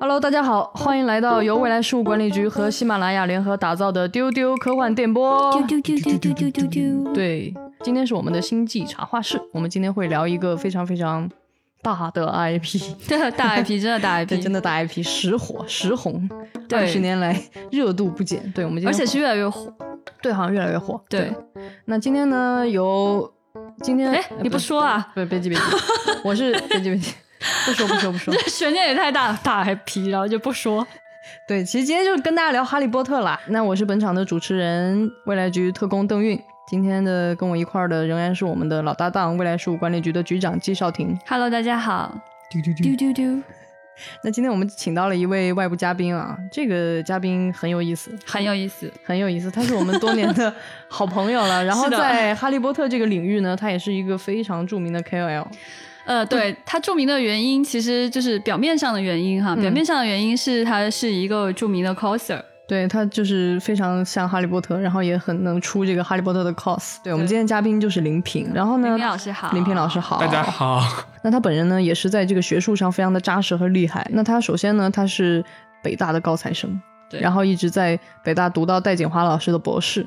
Hello，大家好，欢迎来到由未来事务管理局和喜马拉雅联合打造的丢丢科幻电波。丢丢丢丢丢丢丢。对，今天是我们的星际茶话室，我们今天会聊一个非常非常大的 IP，对，大 IP 真的大对， IP，真的大 IP，实火实红，对二十年来热度不减。对，我们今而天且是越来越火。对，好像越来越火。对，那今天呢，由今天哎，你不说啊？不，别急别急，我是别急别急，不说不说不说这。悬念也太大，大 IP，然后就不说。对，其实今天就是跟大家聊《哈利波特》啦。那我是本场的主持人未来局特工邓韵，今天的跟我一块儿的仍然是我们的老搭档未来事务管理局的局长季少廷。 Hello，大家好。嗯丢丢丢，那今天我们请到了一位外部嘉宾啊，这个嘉宾很有意思，很有意思。很有意思，他是我们多年的 好朋友了。然后是的在《哈利波特》这个领域呢，他也是一个非常著名的 KOL。呃，对他著名的原因，其实就是表面上的原因哈。嗯表面上的原因是他是一个著名的 coser，对他就是非常像哈利波特，然后也很能出这个哈利波特的 cos。对我们对今天嘉宾就是林平，然后呢，林平老师好林平老师好，大家好，那他本人呢，也是在这个学术上非常的扎实和厉害。那他首先呢，他是北大的高材生，对然后一直在北大读到戴锦华老师的博士。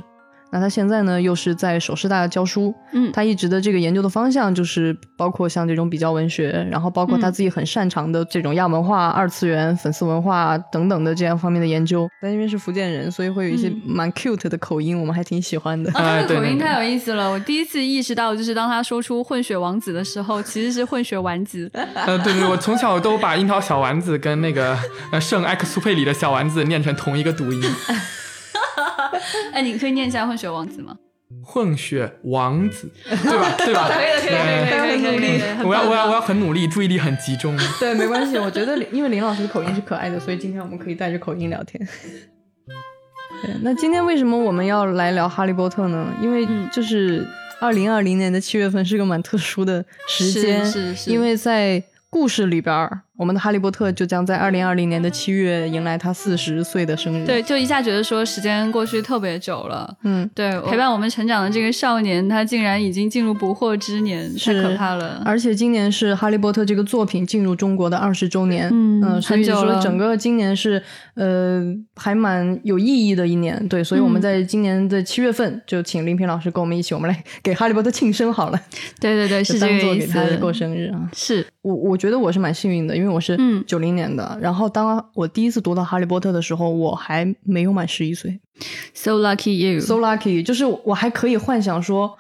那他现在呢，又是在首师大教书。嗯他一直的这个研究的方向就是包括像这种比较文学，然后包括他嗯自己很擅长的这种亚文化、二次元、粉丝文化等等的这样方面的研究。但因为是福建人，所以会有一些嗯蛮 cute 的口音，我们还挺喜欢的。啊，他哎的对口对音对太有意思了！我第一次意识到，就是当他说出“混血王子”的时候，其实是“混血丸子 呃，对对，我从小都把樱桃小丸子跟那个 呃圣埃克苏佩里的小丸子念成同一个读音，”。哎，你可以念一下“混血王子”吗？混血王子，对吧？对吧？ 以的，可以的，可以的，可以的，可以的，可以的我要我要我要很努力，注意力很集中。 对，没关系，我觉得因为林老师的口音是可爱的，所以今天我们可以带着口音聊天。对，那今天为什么我们要来聊《哈利波特》呢？因为嗯就是二零二零年的七月份是个蛮特殊的时间，是是是因为在故事里边儿，我们的哈利波特就将在二零二零年的七月迎来他四十岁的生日。，对，就一下觉得说时间过去特别久了。嗯，对，陪伴我们成长的这个少年，他竟然已经进入不惑之年，太是可怕了。而且今年是《哈利波特》这个作品进入中国的二十周年，呃嗯所以很久说了整个今年是呃还蛮有意义的一年，对，所以我们嗯在今年的七月份就请林平老师跟我们一起，我们来给《哈利波特》庆生好了，对对对， 是就这当个做意给他思。过生日啊。是，我我觉得我是蛮幸运的，因为我是嗯九零年的，然后当我第一次读到《哈利波特》的时候，我还没有满十一岁， So lucky you。 so lucky，就是我还可以幻想说，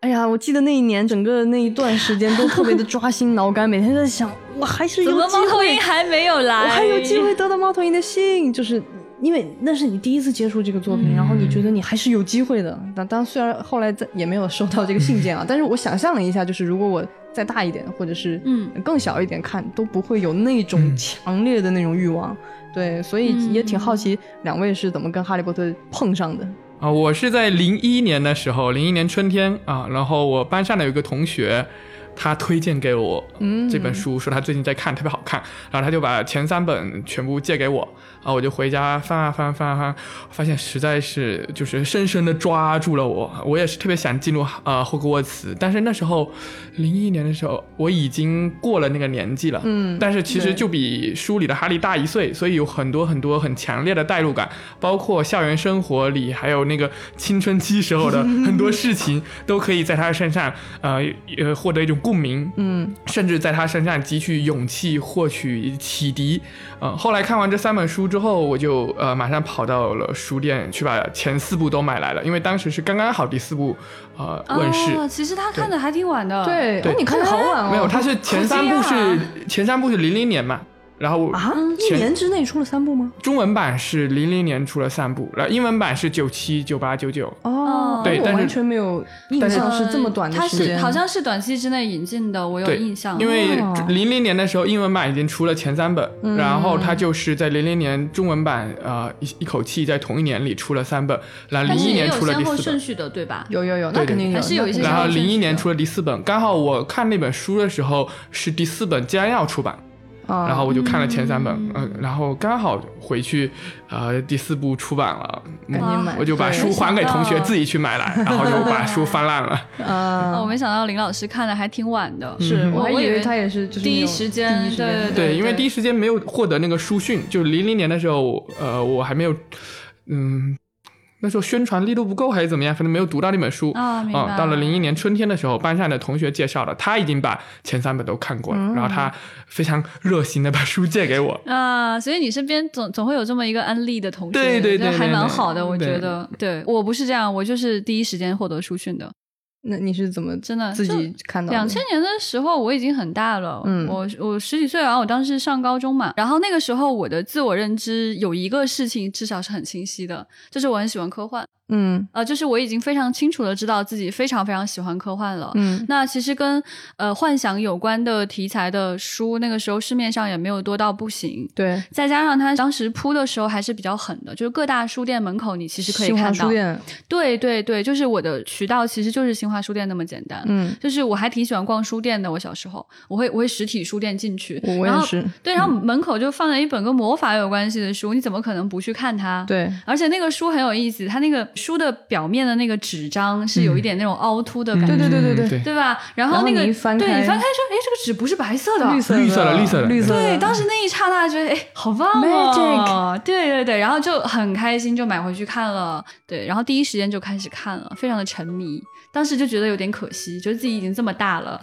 哎呀，我记得那一年整个那一段时间都特别的抓心挠肝，每天在想，我还是有怎么机猫头会鹰，还没有来？我还有机会得到猫头鹰的信，就是。因为那是你第一次接触这个作品，然后你觉得你还是有机会的。那当然，虽然后来在也没有收到这个信件啊，但是我想象了一下，就是如果我再大一点，或者是嗯更小一点看，都不会有那种嗯强烈的那种欲望。对，所嗯以也挺好奇两位是怎么跟哈利波特碰上的。啊，我是在零一年的时候，零一年春天啊，然后我班上的有一个同学，他推荐给我嗯这本书，说他最近在看，特别好看，然后他就把前三本全部借给我，啊，我就回家翻啊翻啊翻啊翻，发现实在是就是深深的抓住了我，我也是特别想进入呃霍格沃茨，但是那时候零一年的时候我已经过了那个年纪了，嗯但是其对实就比书里的哈利大一岁，所以有很多很多很强烈的代入感，包括校园生活里，还有那个青春期时候的很多事情，都可以在他身上，呃呃，获得一种共鸣，嗯，甚至在他身上汲取勇气，获取启迪。呃，后来看完这三本书之后，我就呃马上跑到了书店去把前四部都买来了，因为当时是刚刚好第四部呃问世。哦，其实他看的还挺晚的。，对，对哦，你看的好晚哦，没有，它是前三部好惊讶啊是前三部是零零年嘛，然后啊，一前年之内出了三部吗？中文版是零零年出了三部，然后英文版是九七、九八、九九。哦，对我但是完全没有印但象呃，是这么短的他时是间，好像是短期之内引进的，我有对印象。因为哦零零年的时候，英文版已经出了前三本，嗯然后它就是在零零年中文版呃一一口气在同一年里出了三本，然后但零是一也年有出了先第后四顺本。序的，对吧？有有有，那对对肯定还是有一些那肯定然后先后顺序零一年的出了第四本，刚好我看那本书的时候是第四本将要出版，啊哦然后我就看了前三本，嗯、然后刚好回去，呃，第四部出版了，嗯赶紧买我就把对书还给同学对自己去买来，然后就把书翻烂了。啊哦，我没想到林老师看的还挺晚的，嗯是我还以以为为他也是就是第那一种时间第一时间对对，因为第一时间没有获得那个书讯，就零零年的时候，呃，我还没有，嗯，那时候宣传力度不够还是怎么样，反正没有读到那本书。啊，明啊、白。到了零一年春天的时候，班上的同学介绍了，他已经把前三本都看过了，然后他非常热心的把书借给我。啊，所以你身边总总会有这么一个安利的同学，对对就对还对蛮对好的，我对觉得。对我不是这样，我就是第一时间获得书讯的，那你是怎么真的自就己看嗯到的？两千年的时候，我已经很大了，嗯我我十几岁，然后我当时上高中嘛，然后那个时候我的自我认知有一个事情至少是很清晰的，就是我很喜欢科幻，嗯呃，就是我已经非常清楚的知道自己非常非常喜欢科幻了。嗯那其实跟呃幻想有关的题材的书，那个时候市面上也没有多到不行，对，再加上它当时铺的时候还是比较狠的，就是各大书店门口你其实可以新华看书到。店对对对，就是我的渠道其实就是新华书店那么简单。嗯，就是我还挺喜欢逛书店的，我小时候我会我会实体书店进去，我我然也后是对，然后门口就放了一本跟魔法有关系的书，你怎么可能不去看它？。对而且那个书很有意思，它那个书的表面的那个纸张是有一点那种凹凸的感觉，嗯对对对对对嗯对对吧？然后然后那个你一翻对开你翻开说，哎，这个纸不是白色的，绿色绿色的的绿色的绿色对，的，当时那一刹那觉得，哎，好棒哦！对对对，然后就很开心，就买回去看了。对，然后第一时间就开始看了，非常的沉迷。当时就觉得有点可惜，觉得自己已经这么大了，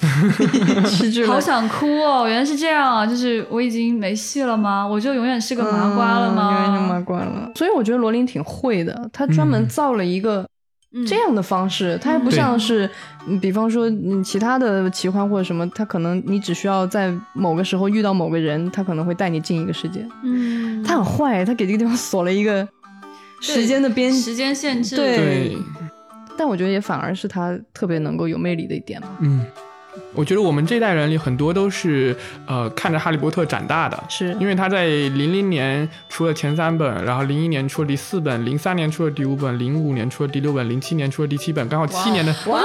失智好了。想哭哦！原来是这样啊，就是我已经没戏了吗？我就永远是个麻瓜了吗？嗯有点像麻瓜了。所以我觉得罗琳挺会的，她专门嗯造了一个嗯这样的方式，它还不对像是，嗯比方说嗯其他的奇幻或者什么，它可能你只需要在某个时候遇到某个人，他可能会带你进一个世界。嗯，他很坏，他给这个地方锁了一个对时间的边。时间限制，对对，但我觉得也反而是他特别能够有魅力的一点嘛。嗯，我觉得我们这代人里很多都是呃看着《哈利波特》长大的，是因为他在零零年出了前三本，然后零一年出了第四本，零三年出了第五本，零五年出了第六本，零七年出了第七本，刚好七年的，哇，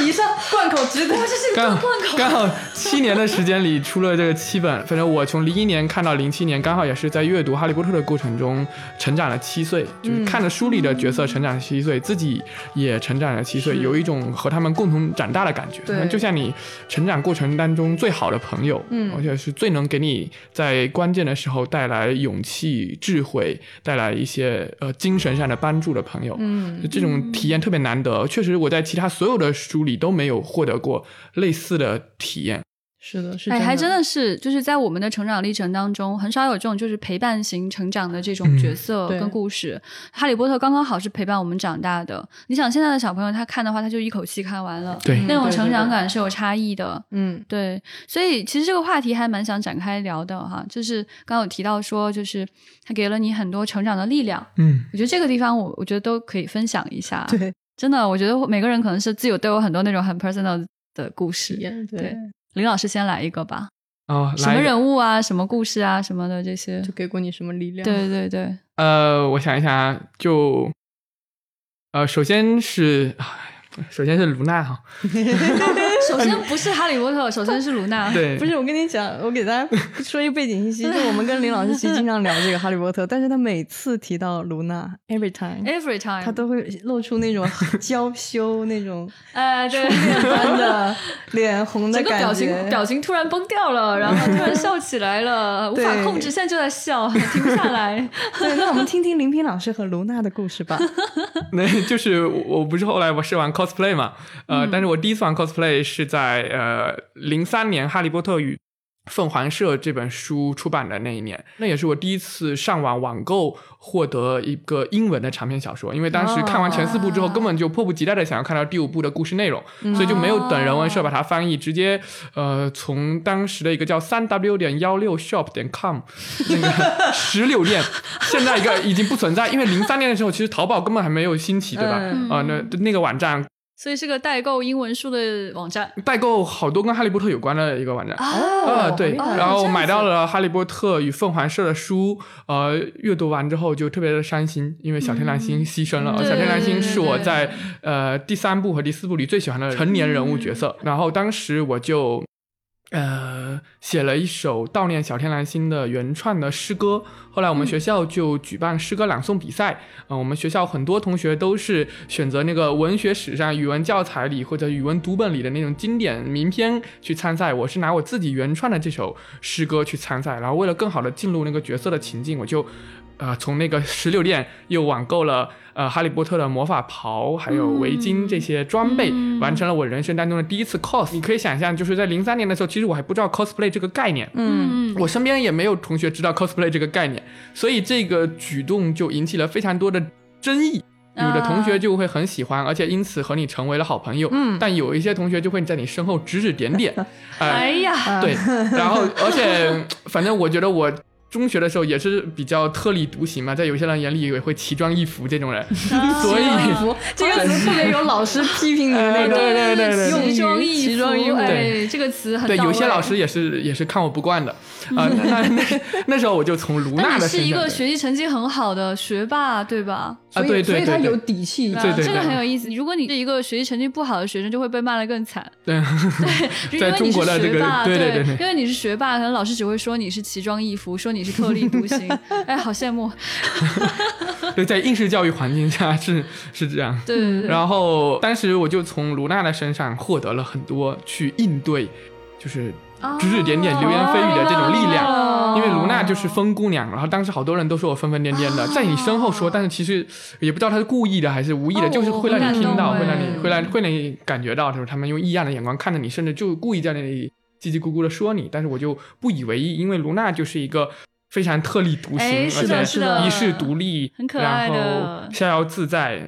以上贯口直断，这是刚刚好七年的时间里出了这个七本。反正我从零一年看到零七年，刚好也是在阅读《哈利波特》的过程中成长了七岁，就是嗯看着书里的角色成长了七岁，自己也成长了七岁，是有一种和他们共同长大的感觉。嗯对就像你成长过程当中最好的朋友，嗯而且是最能给你在关键的时候带来勇气、智慧，带来一些呃精神上的帮助的朋友。嗯这种体验特别难得，确实我在其他所有的书里都没有获得过类似的体验。是的，是哎，还真的的是，就是在我们的成长历程当中，很少有这种就是陪伴型成长的这种嗯角色对跟故事。哈利波特刚刚好是陪伴我们长大的。你想现在的小朋友，他看的话，他就一口气看完了，对嗯那种对对成长对感是有差异的。嗯对，所以其实这个话题还蛮想展开聊的哈，就是刚刚有提到说，就是他给了你很多成长的力量，嗯，我觉得这个地方我我觉得都可以分享一下。对真的，我觉得每个人可能是自有都有很多那种很 personal 的故体事。验对对，林老师先来一个吧。哦，什么来人物啊，什么故事啊，什么的这些。就给过你什么力量？对对 对，呃，我想一想啊，就呃，首先是唉首先是卢娜哈，首先不是哈利波特，首先是卢娜。 对，哎不是，我跟你讲，我给大家 说一个背景信息，就我们跟林老师其实经常聊这个《哈利波特》，但是他每次提到卢娜，every time， ，every time，他都会露出那种娇羞、那 种哎对，般的脸红的整个表感情觉。表情突然崩掉了，然后突然笑起来 了，无对法控制，现在就在笑，停不下来。对，那我们听听林平老师和卢娜的故事吧。那就是我我不是后来我是玩 cosplay 嘛，呃，但是我第一次玩 cosplay 是在呃零三年《哈利波特与凤凰社》这本书出版的那一年，那也是我第一次上网网购获得一个英文的长篇小说，因为当时看完前四部之后，哦根本就迫不及待的想要看到第五部的故事内容，所以就没有等人文社把它翻译，直接呃从当时的一个叫三 w 点幺六 shop 点 com 那个石榴店，现在一个已经不存在，因为零三年的时候其实淘宝根本还没有兴 起，对吧？啊、嗯那那个网站所以是个代购英文书的网站代购好多跟哈利波特有关的一个网站。啊啊、对，哦然这后样买到子了《哈利波特与凤凰社》的书，呃，阅读完之后就特别的伤心，因为小天狼星牺牲了。嗯小天狼星是我对在嗯呃第三部和第四部里最喜欢的成年人物角色。然后当时我就呃，写了一首悼念小天蓝星的原创的诗歌。后来我嗯们学校就举办诗歌朗诵比赛，啊、我们学校很多同学都是选择那个文学史上语文教材里或者语文读本里的那种经典名篇去参赛。我是拿我自己原创的这首诗歌去参赛，然后为了更好的进入那个角色的情境，我就。啊、从那个石榴店又网购了呃哈利波特的魔法袍，还有围巾这些装备，嗯完成了我人生当中的第一次 cos。你可以想象，就是在零三年的时候，其实我还不知道 cosplay 这个概念，嗯，我身边也没有同学知道 cosplay 这个概念，所以这个举动就引起了非常多的争议。有的同学就会很喜欢，而且因此和你成为了好朋友。嗯但有一些同学就会在你身后指指点点，哎呀，对，然后而且反正我觉得我中学的时候也是比较特立独行嘛，在有些人眼里也会奇装异服这种人，所以衣服这个词特别有老师批评你的那哎种，对对对对用语奇装奇装异服异服，对哎，这个词很对到位有些老师。也是也是看我不惯的啊、那那那那时候我就从卢娜那你的是身一上个学习成绩很好的学霸，对吧？啊所以对对所以对他有对底气，对对这个很有意思。如果你是一个学习成绩不好的学生，就会被骂得更惨。对因在为你中是国的这学个霸，对对对对因对为你是学霸，可能老师只会说你是奇装异服，说你是特立独 行。哎，好羡慕。对在应试教育环境下是是这样。对对对，然后当时我就从卢娜的身上获得了很多去应对，就是哦指指点点、流言蜚语的这种力量。哦因为卢娜就是疯姑娘，然后当时好多人都说我疯疯癫癫的，哦在你身后说，但是其实也不知道她是故意的还是无意的，哦就是会让你听我到，很会感让动哎你会让会让你感觉到，就是他们用异样的眼光看着你，甚至就故意在那里叽叽咕咕的说你，但是我就不以为意，因为卢娜就是一个。非常特立独行，哎是的而是且的一世独立，很可爱的然后逍遥自在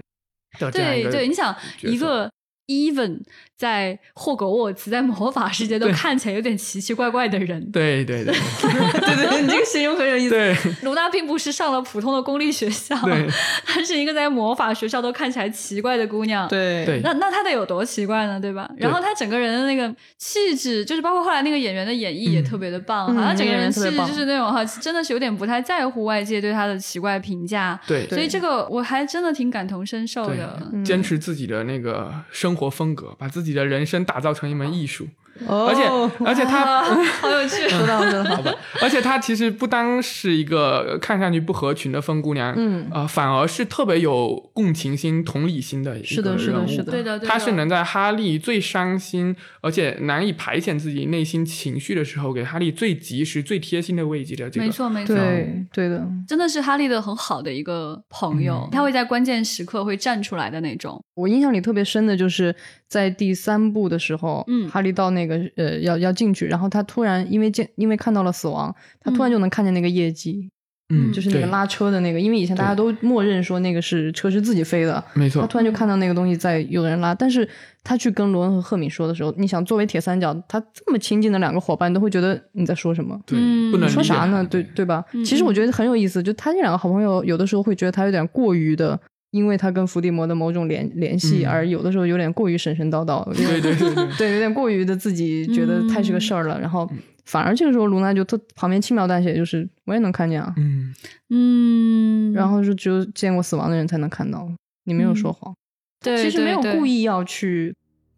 的这样一对个对，你想角色一个 even 在霍格沃茨在魔法世界都对看起来有点奇奇怪怪的人，对 对对 对对对，你这个形容很有意思。对卢娜并不是上了普通的公立学校，对她是一个在魔法学校都看起来奇怪的姑娘。。对对那那她得有多奇怪呢，对吧？然后她整个人的那个气质，就是包括后来那个演员的演绎也嗯特别的棒，嗯好像整个演员人特别气质棒就是那种哈，真的是有点不太在乎外界对她的奇怪评价，对所以这个我还真的挺感同身受的。嗯对，坚持自己的那个生活风格，把自己的人生打造成一门艺术。哦而且而且他，嗯啊，好有趣，说到了，好吧，而且他其实不单是一个呃看上去不合群的疯姑娘，嗯，呃，反而是特别有共情心、同理心的一个是的是的人物是的对的，对的，他是能在哈利最伤心，而且难以排遣自己内心情绪的时候，给哈利最及时、最贴心的慰藉的这个。没错没错，嗯对对的，真的是哈利的很好的一个朋友，嗯他会在关键时刻会站出来的那种。我印象里特别深的就是在第三部的时候，嗯哈利到那个呃要要进去，然后他突然因为见因为看到了死亡，他突然嗯就能看见那个业绩，嗯，就是那个对，拉车的那个，因为以前大家都默认说那个是车是自己飞的，没他错，突然就看到那个东西在有人拉，但是他去跟罗恩和赫敏说的时候，你想作为铁三角，他这么亲近的两个伙伴都会觉得你在说什么。对，嗯不能你说理解啥呢？他对对吧？嗯其实我觉得很有意思，就他这两个好朋友，有的时候会觉得他有点过于的，因为他跟伏地魔的某种联联系，嗯而有的时候有点过于神神叨叨，有点对对 对对，对，有点过于的自己觉得太是个事儿嗯了，然后反而这个时候卢娜就特旁边轻描淡写，就是我也能看见啊，嗯，嗯，然后就只有见过死亡的人才能看到，你没有说谎，对，其实没有故意，意要去。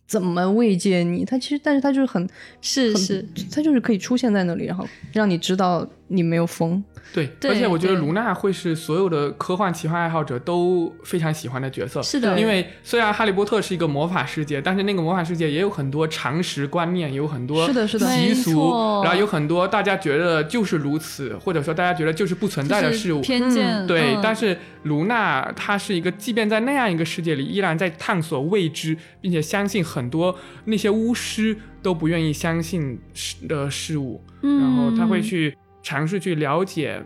怎么慰藉你？他其实，但是他就是很，是很是，，他就是可以出现在那里，然后让你知道你没有疯。对，对而且我觉得对卢娜会是所有的科幻奇幻爱好者都非常喜欢的角色。是的因为虽然《哈利波特》是一个魔法世界，但是那个魔法世界也有很多常识观念，也有很多是的是的习没俗错，然后有很多大家觉得就是如此，或者说大家觉得就是不存在的就事是物。偏见，对，嗯但是卢娜她是一个，即便在那样一个世界里，依然在探索未知，并且相信很多那些巫师都不愿意相信事的事物，然后她嗯会，去尝试去了解，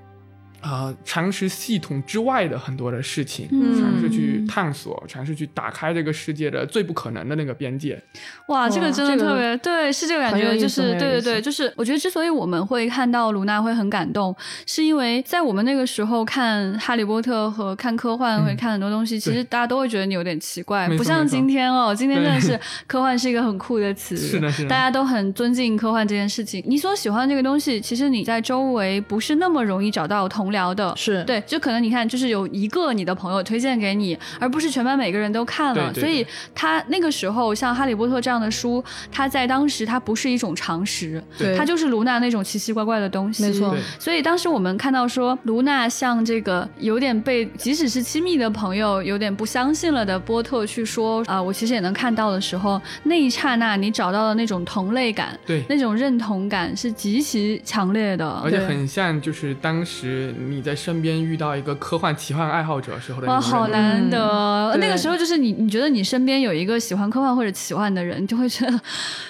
呃，常识系统之外的很多的事情。嗯尝试去探索，尝试去打开这个世界的最不可能的那个边界。哇，这个哇真的这个特别、对，是这个感很有觉，意思就是很有对对意思对，就是我觉得之所以我们会看到卢娜会很感动，是因为在我们那个时候看《哈利波特》和看科幻，嗯会看很多东西，其实大家都会觉得你有点奇怪，没不错像没错今天哦，今天真的对是科幻是一个很酷的词，是的是的大家都很尊敬科幻这件事情。你所喜欢这个东西，其实你在周围不是那么容易找到同聊的，是对，就可能你看，就是有一个你的朋友推荐给你，而不是全班每个人都看了。对对对所以他那个时候像《哈利波特》这样的书，它在当时它不是一种常识，对 它就是卢娜那种奇奇怪怪的东西。没错对所以当时我们看到说，卢娜像这个有点被，即使是亲密的朋友，有点不相信了的波特去说啊、我其实也能看到的时候，那一刹那你找到的那种同类感，对，那种认同感是极其强烈而的。且对很像就是当时你在身边遇到一个科幻奇幻爱好者时候的哇，那哦种好认同难得！哦嗯那个时候就是你，你觉得你身边有一个喜欢科幻或者奇幻的人，你就会觉得，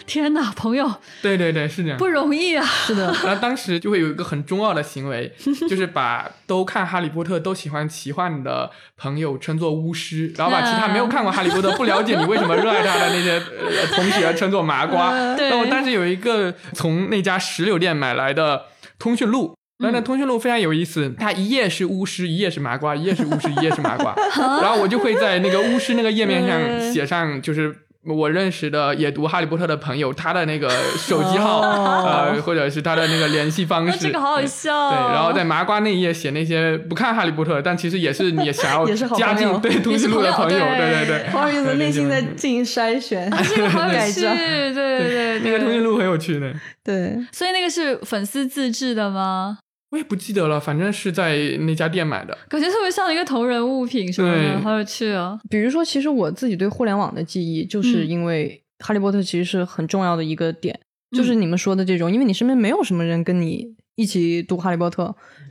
天哪，朋友对对对，是这样不。容易啊！是的，然后当时就会有一个很中二的行为，就是把都看《哈利波特》、都喜欢奇幻的朋友称作巫师，然后把其他没有看过《哈利波特》、不了解你为什么热爱他的那些呃同学称作麻瓜。对那我当时有一个从那家石榴店买来的通讯录。那那通讯录非常有意思，它一页是巫师，一页是麻瓜，一页是巫师，一页是麻瓜。然后我就会在那个巫师那个页面上写上，就是我认识的也读《哈利波特》的朋友，他的那个手机号，哦呃，或者是他的那个联系方式。这个好好对笑哦、对，然后在麻瓜那一页写那些不看《哈利波特》，但其实也是你想 要也是好加朋友进对通讯录的朋也友，是朋友对对对对。不好意思，对内心在对对进行筛选，这个 好有改趣，正对对对，那个通对讯录很有趣的。 对，所以那个是粉丝自制的吗？我也不记得了，反正是在那家店买的。感觉特别像一个同人物品什么对的，好有趣哦。比如说，其实我自己对互联网的记忆，就是嗯因为《哈利波特》其实是很重要的一个点，就是你们说的这种，因为你身边没有什么人跟你一起读《哈利波特》，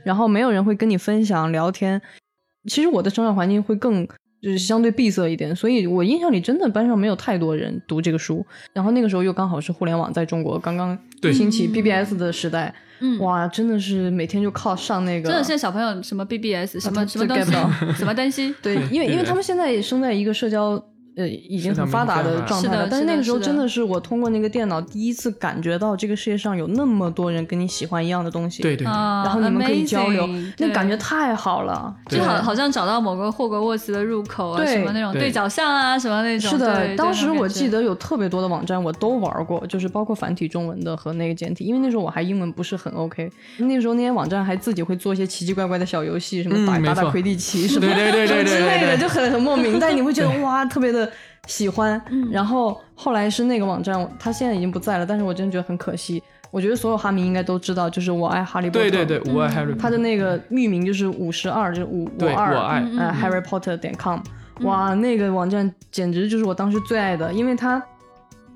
然后没有人会跟你分享聊天。其实我的成长环境会更就是相对闭塞一点，所以我印象里真的班上没有太多人读这个书。然后那个时候又刚好是互联网在中国刚刚对兴起嗯 BBS 的时代，嗯，哇，真的是每天就靠上那个，真的现在小朋友什么 BBS 什啊么他什就么东 get 不西，什么东西， 对，因为 对因为对他们现在也生在一个社交呃已经社交很发达媒体的化状态是了，的但是是的那个时候是的真的是我通过那个电脑第一次感觉到这个世界上有那么多人跟你喜欢一样的东西，对，对，对啊，然后你们可以交流 amazing，，那对感觉太好了，对就好好像找到某个霍格沃茨的入口啊，对什么那种对对角巷啊，什么那种。是对的，对当时那种我感觉记得有特别多的网站我都玩过，就是包括繁体中文的和那个简体，因为那时候我还英文不是很 OK，那时候那些网站还自己会做一些奇奇怪怪的小游戏，什么嗯打、没打打错魁地奇什么对对对什么对对 之类的，对对就很很莫 名，但你会觉得哇，特别的喜欢。然后后来是那个网站，它现在已经不在了，但是我真的觉得很可惜。我觉得所有哈迷应该都知道，就是我爱哈利波特，对对对，我爱 Harry，他的那个域名就是五十二，就是五对二，我爱呃 Harry Potter 点 com，哇，那个网站简直就是我当时最爱的，因为它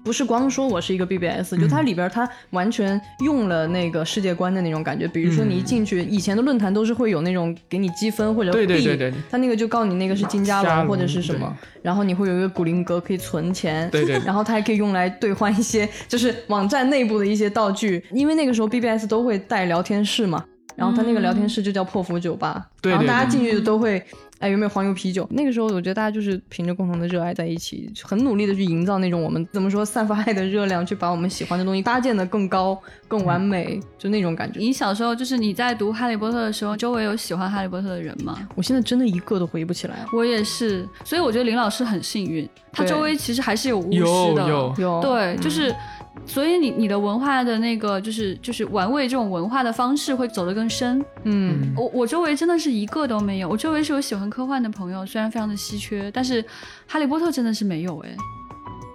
不是光说我是一个 BBS，、就嗯它里边它完全用了那个世界观的那种感觉，比如说你一进去，以前的论坛都是会有那种给你积分或者对对 B，对对对它那个就告诉你那个是金加加龙龙或者是什么，然后你会有一个古灵阁可以存钱，对对然后它还可以用来兑换一些就是网站内部的一些道具，因为那个时候 BBS 都会带聊天室嘛，然后它那个聊天室就叫破釜酒吧，对然后对大家对进去都会。哎，有没有黄油啤酒？那个时候，我觉得大家就是凭着共同的热爱在一起，很努力的去营造那种我们怎么说散发爱的热量，去把我们喜欢的东西搭建的更高、更完美，就那种感觉。你小时候就是你在读《哈利波特》的时候，周围有喜欢《哈利波特》的人吗？我现在真的一个都回忆不起来了。我也是，所以我觉得林老师很幸运，他对周围其实还是有巫师有的，有，嗯有，对，就是，所以你你的文化的那个就是就是玩味这种文化的方式会走得更深。嗯， 嗯我我周围真的是一个都没有，我周围是有喜欢科幻的朋友，虽然非常的稀缺，但是《哈利波特》真的是没有哎，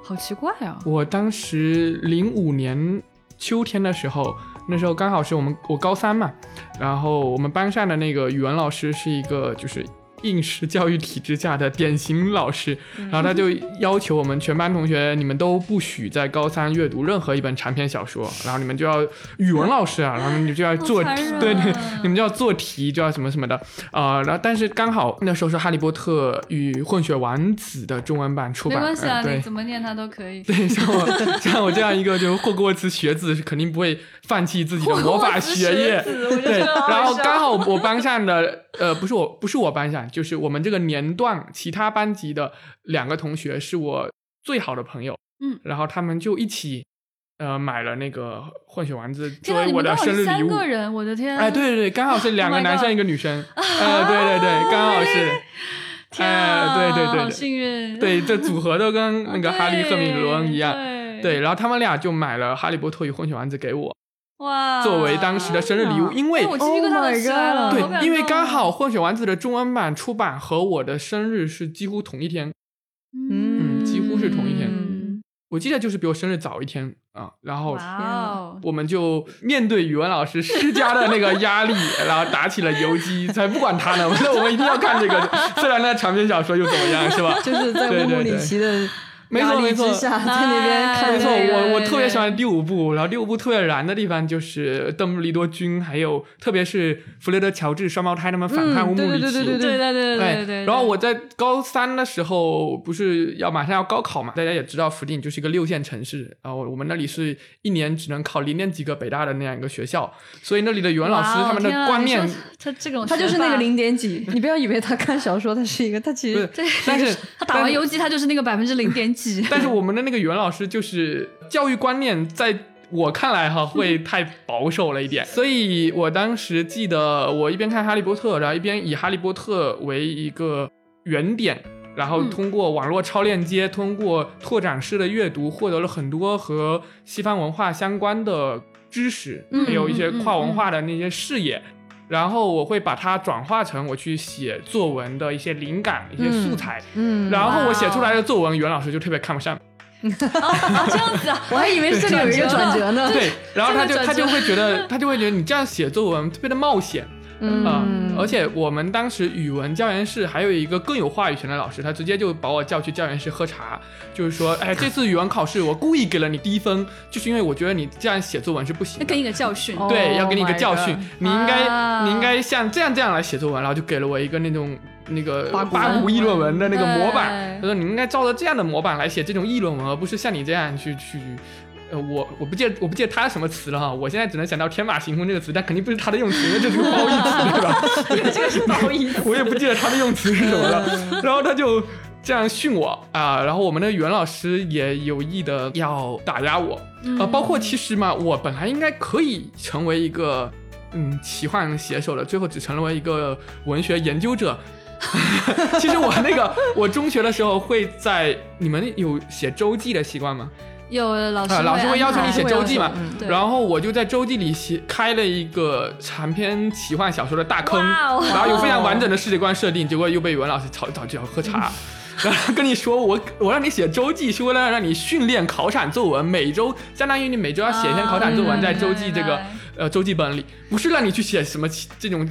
好奇怪啊！我当时零五年秋天的时候，那时候刚好是我们我高三嘛，然后我们班上的那个语文老师是一个就是。应试教育体制下的典型老师，嗯然后他就要求我们全班同学，你们都不许在高三阅读任何一本长篇小说，然后你们就要语文老 师啊，然后你们就要做好题残忍，啊对对，你们就要做题，就要什么什么的啊、然后但是刚好那时候是《哈利波特与混血王子》的中文版出没版，关系啊，呃对你怎么念它都可 以。对，像我像我这样一个就是霍格沃茨学子，是肯定不会放弃自己的魔法学业。 对，然后刚好 我班上的呃，不是我不是我班上，就是我们这个年段其他班级的两个同学是我最好的朋友，嗯，然后他们就一起呃买了那个混血丸子作天哪，为你们的刚好生是日礼三物。个人，我的天！哎，对对对，刚好是两 Oh 个 my 男生 God 一个女 生，呃，对对对，刚好是，天啊，哎，对对对好对，幸运。对，这组合都 跟那个哈利、赫敏、对罗恩一样。对对，然后他们俩就买了《哈利波特与混血王子》给我，哇，作为当时的生日礼物，因为哎我鸡皮疙瘩都起来了， Oh my 嗯好感对，因为动啊刚好《混血丸子》的中文版出版和我的生日是几乎同一天，嗯几乎是同一天嗯我记得就是比我生日早一天啊。然后哇哦，我们就面对语文老师施加的那个压力，然后打起了游击，才不管他呢。 我说我们一定要看这个，虽然那长篇小说又怎么样，是 吧？就是在乌对姆对里对奇的没压错力没错之下，在那边看哎没错，那个我我对特别喜对欢第五部，然后第五部特别燃的地方就是邓布利多君，还有特别是弗雷德乔治双胞胎他们啊反叛嗯乌对姆对里对对奇对。对对对对对对。哎然后我在高三的时候，不是要马上要高考嘛？大家也知道，福鼎就是一个六线城市啊，我我们那里是一年只能考零点几个北大的那样一个学校，所以那里的语文老师哇哦他们的天啊观你念说他这种他就是学霸那个零点几，你不要以为他看小说，他是一个，他其不实是 对，但是他打完游击，他就是那个百分之零点几。 但是我们的那个语文老师就是教育观念，在我看 来哈会太保守了一点，所以我当时记得我一边看《哈利波特》，然后一边以《哈利波特》为一个原点。然后嗯通过网络超链接，通过拓展式的阅读，获得了很多和西方文化相关的知识，嗯还有一些嗯嗯跨文化的那些视野。然后我会把它转化成我去写作文的一些灵感、一些素嗯材。嗯，然后我写哇哦出来的作文，袁老师就特别看不 上。哦哦，这样子啊，我还以为这里有一个转折呢，对，然后他就真的他转折就会觉得他就会觉得你这样写作文特别的冒险啊、嗯，而且我们当时语文教研室还有一个更有话语权的老师，他直接就把我叫去教研室喝茶，就是说，哎，这次语文考试我故意给了你低分，就是因为我觉得你这样写作文是不行要的给。你个教训。哦对，要给你一 Oh 个 my 教训 God，你应该、哎啊你应该像这样这样来写作文，然后就给了我一个那种那个八股八股文议论文的那个模板对，他说你应该照着这样的模板来写这种议论文，而不是像你这样去去。呃，我我不记得我不记得他什么词了哈，我现在只能想到“天马行空”这个词，但肯定不是他的用词，因为这是个褒义词，对吧？这个是褒义， 我也不记得他的用词是什么 了。然后他就这样训我啊、然后我们的袁老师也有意的要打压我啊、嗯呃包括其实嘛，我本来应该可以成为一个。嗯，奇幻写手了，最后只成为一个文学研究者。 其实我那个， 我中学的时候会在你们有写周记的习惯吗？有老师啊，老师会要求安排你写周记嘛会要求嗯？对然后我就在周记里写开了一个长篇奇幻小说的大坑，哇哦然后有非常完整的世界观设定，结果又被语文老师吵吵就要喝茶。 然后跟你说，我我让你写周记是为了让你训练考场作文，每周相当于你每周要写一篇考场作文哦在周记这明个白明呃周记本里，不是让你去写什么奇这种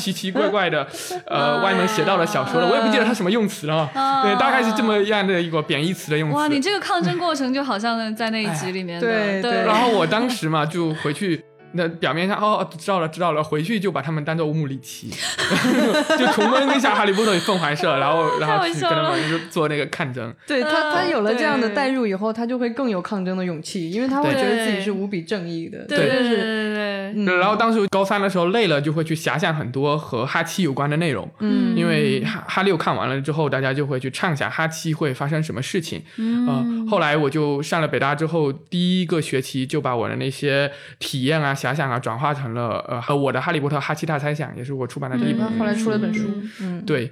奇奇怪怪的 呃歪门邪道的小说了，我也不记得它什么用词了哦啊，对，大概是这么样的一个贬义词的用词。哇，你这个抗争过程就好像在那一集里面嗯的，哎对对对。然后我当时嘛，就回去，那表面上哦知道了知道了，回去就把他们当做乌姆里奇， 就重温一下《哈利波特》与凤凰社，然 后然后去跟他太好们就做那个抗争。对他，他嗯有了这样的对代入以后，他就会更有抗争的勇气，因为他会觉对得自己是无比正义的，对对就对是对对对，嗯然后当时高三的时候累了，就会去遐想很多和哈七有关的内容。嗯因为哈哈六看完了之后，大家就会去畅想哈七会发生什么事情。嗯、后来我就上了北大之后，第一个学期就把我的那些体验啊、遐想啊，转化成了呃和我的《哈利波特：哈七大猜想》，也是我出版的第一嗯本他书。后来出了本书嗯，嗯，对，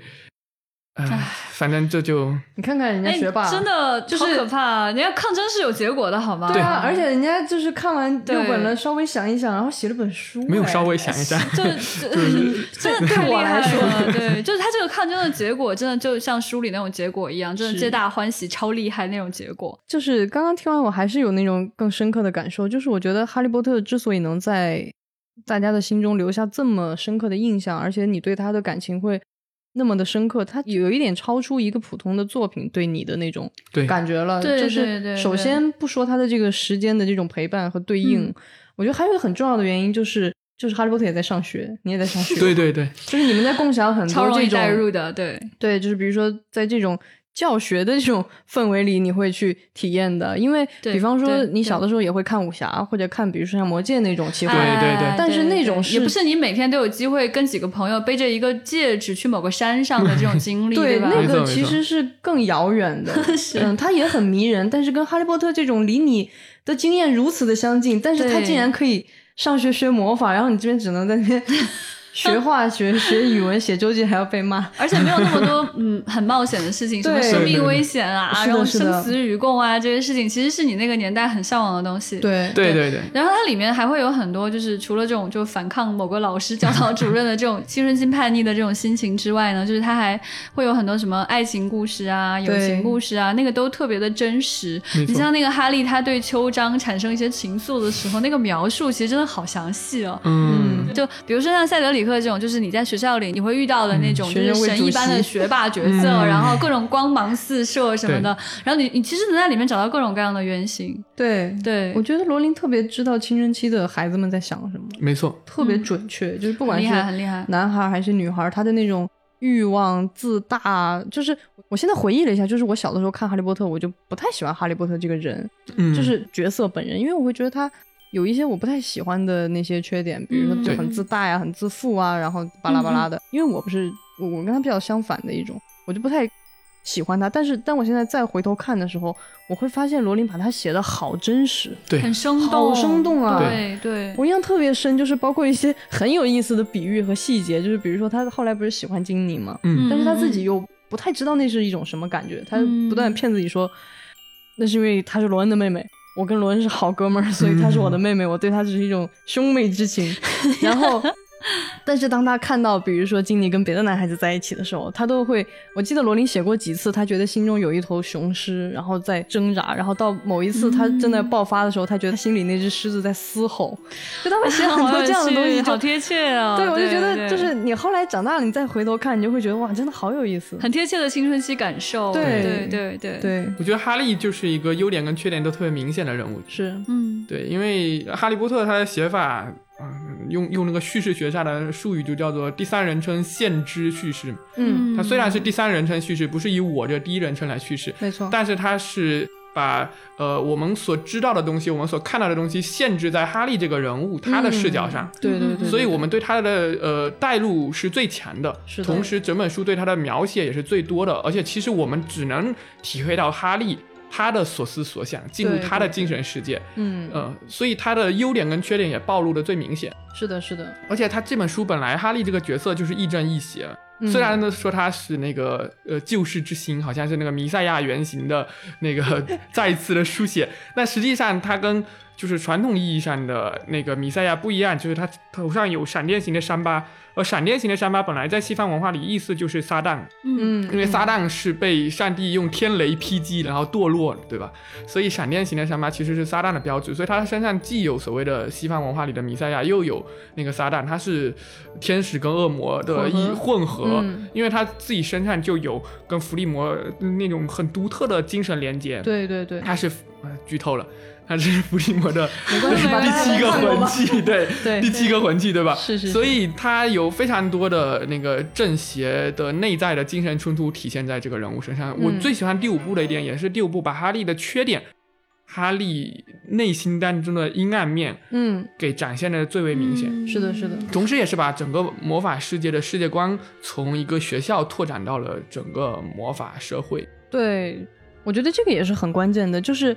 呃，反正这就你看看人家哎，学霸，真的就是好可怕啊，人家抗争是有结果的，好吗？对啊，而且人家就是看完对六本了，稍微想一想，然后写了本书，没有哎稍微想一下。 就就真的 对太厉我来害说 了，对，就是他这个抗争的结果，真的就像书里那种结果一样，真的是皆大欢喜，超厉害那种结果。就是刚刚听完，我还是有那种更深刻的感受，就是我觉得《哈利波特》之所以能在大家的心中留下这么深刻的印象，而且你对他的感情会那么的深刻，它有一点超出一个普通的作品对你的那种对感觉了。对就对对是首对先不说它的这个时间的这种陪伴和对应，嗯我觉得还有一个很重要的原因就是，就是哈利波特也在上学，你也在上学，对对对，就是你们在共享很超多容这易代种入的，对，对，就是比如说在这种教学的这种 氛围里，你会去体验的。因为对比方说，对你小对的时候也会看武侠，或者看比如说像《魔戒》那种奇幻。对对对哎但是那种也是不是你每天都有机会跟几个朋友背着一个戒指去某个山上的这种经 历，对，吧？那没错个没其错实是更遥远的， 嗯，它也很迷人，但是跟《哈利波特》这种离你的经验如此的相近，但是它对 竟然可以上学学魔法，然后你这边只能在那边。学化学、学语文、写周记还要被骂。而且没有那么 多嗯很冒险的事情，什么对生命危险啊，是的然后是的生死与共啊这些事情，其实是你那个年代很向往的东西。。对对对对，然后它里面还会有很多，就是除了这种就反抗某个老师、教导主任的这种青春期叛逆的这种心情之 外呢，就是它还会有很多什么爱情故事啊、友对情故事啊，那个都特别的真实。没你错像那个哈利，他对秋章产生一些情愫的时候，那个描述其实真的好详细哦。嗯，就比如说像塞德里克这种，就是你在学校里你会遇到的那种嗯就是神一般的学霸角色，嗯然后各种光芒四射什么的，然后你你其实能在里面找到各种各样的原型。对对我，觉得罗琳特别知道青春期的孩子们在想什么，没错，特别准确，就是不嗯很管厉害，是很厉害。男孩还是女孩，他的那种欲望、自大，就是我现在回忆了一下，就是我小的时候看《哈利波特》，我就不太喜欢哈利波特这个人，嗯，就是角色本人，因为我会觉得他有一些我不太喜欢的那些缺点，比如说嗯就对很自大呀、很自负啊，然后巴拉巴拉的。因为我不是我我跟他比较相反的一种，我就不太喜欢他。但是当我现在再回头看的时候，我会发现罗琳把他写的好真实。对很生动，好生动啊对对，我印象特别深，就是包括一些很有意思的比喻和细节，就是比如说他后来不是喜欢金妮嘛，嗯但是他自己又不太知道那是一种什么感觉，他嗯不断骗自己说，那是因为她是罗恩的妹妹，我跟罗恩是好哥们儿，所以她是我的妹妹，我对她只是一种兄妹之情。然后，但是当他看到比如说金妮跟别的男孩子在一起的时候，他都会，我记得罗琳写过几次，他觉得心中有一头雄狮，然后在挣扎，然后到某一次他正在爆发的时候，他觉得心里那只狮子在嘶吼，就他会 写很多这样的东西，就好贴切啊！哦 对，我就觉对得就是你后来长大了，你再回头看，你就会觉得哇，真的好有意思。很贴切的青春期感受。对对对对，对，我觉得哈利就是一个优点跟缺点都特别明显的人物，是，嗯，对，因为哈利波特他的写法。啊、用用那个叙事学上的术语就叫做第三人称现知叙事。嗯，它虽然是第三人称叙事，不是以我这个第一人称来叙事，没错，但是它是把呃我们所知道的东西，我们所看到的东西限制在哈利这个人物他的视角上，对嗯对对，所以我们对他的呃带入是最强的，是的同时整本书对他的描写也是最多的，而且其实我们只能体会到哈利他的所思所想，进入对他的对精神世界，嗯，呃，所以他的优点跟缺点也暴露的最明显。是的，是的，而且他这本书本来哈利这个角色就是亦正亦邪，嗯虽然呢说他是那个呃救世之星，好像是那个弥赛亚原型的那个呃再一次的书写，但实际上他跟就是传统意义上的那个弥赛亚不一样，就是他头上有闪电型的伤疤，而闪电型的伤疤本来在西方文化里意思就是撒旦，嗯嗯，因为撒旦是被上帝用天雷劈击，然后堕落，对吧？所以闪电型的伤疤其实是撒旦的标志，所以他身上既有所谓的西方文化里的弥赛亚，又有那个撒旦，他是天使跟恶魔的一混合嗯，因为他自己身上就有跟伏地魔那种很独特的精神连接。，对对对，他是呃剧透了，他是伏地魔的没关系吧，第大家七都个看过魂吧，器，对，对第七个魂器，对吧？是是是所以他有非常多的那个正邪的内在的精神冲突体现在这个人物身上。我嗯最喜欢第五部的一点，也是第五部把哈利的缺点，哈利内心当中的阴暗面嗯，给展现的最为明显。是的，是的，同时，也是把整个魔法世界的世界观从一个学校拓展到了整个魔法社会。对，我觉得这个也是很关键的，就是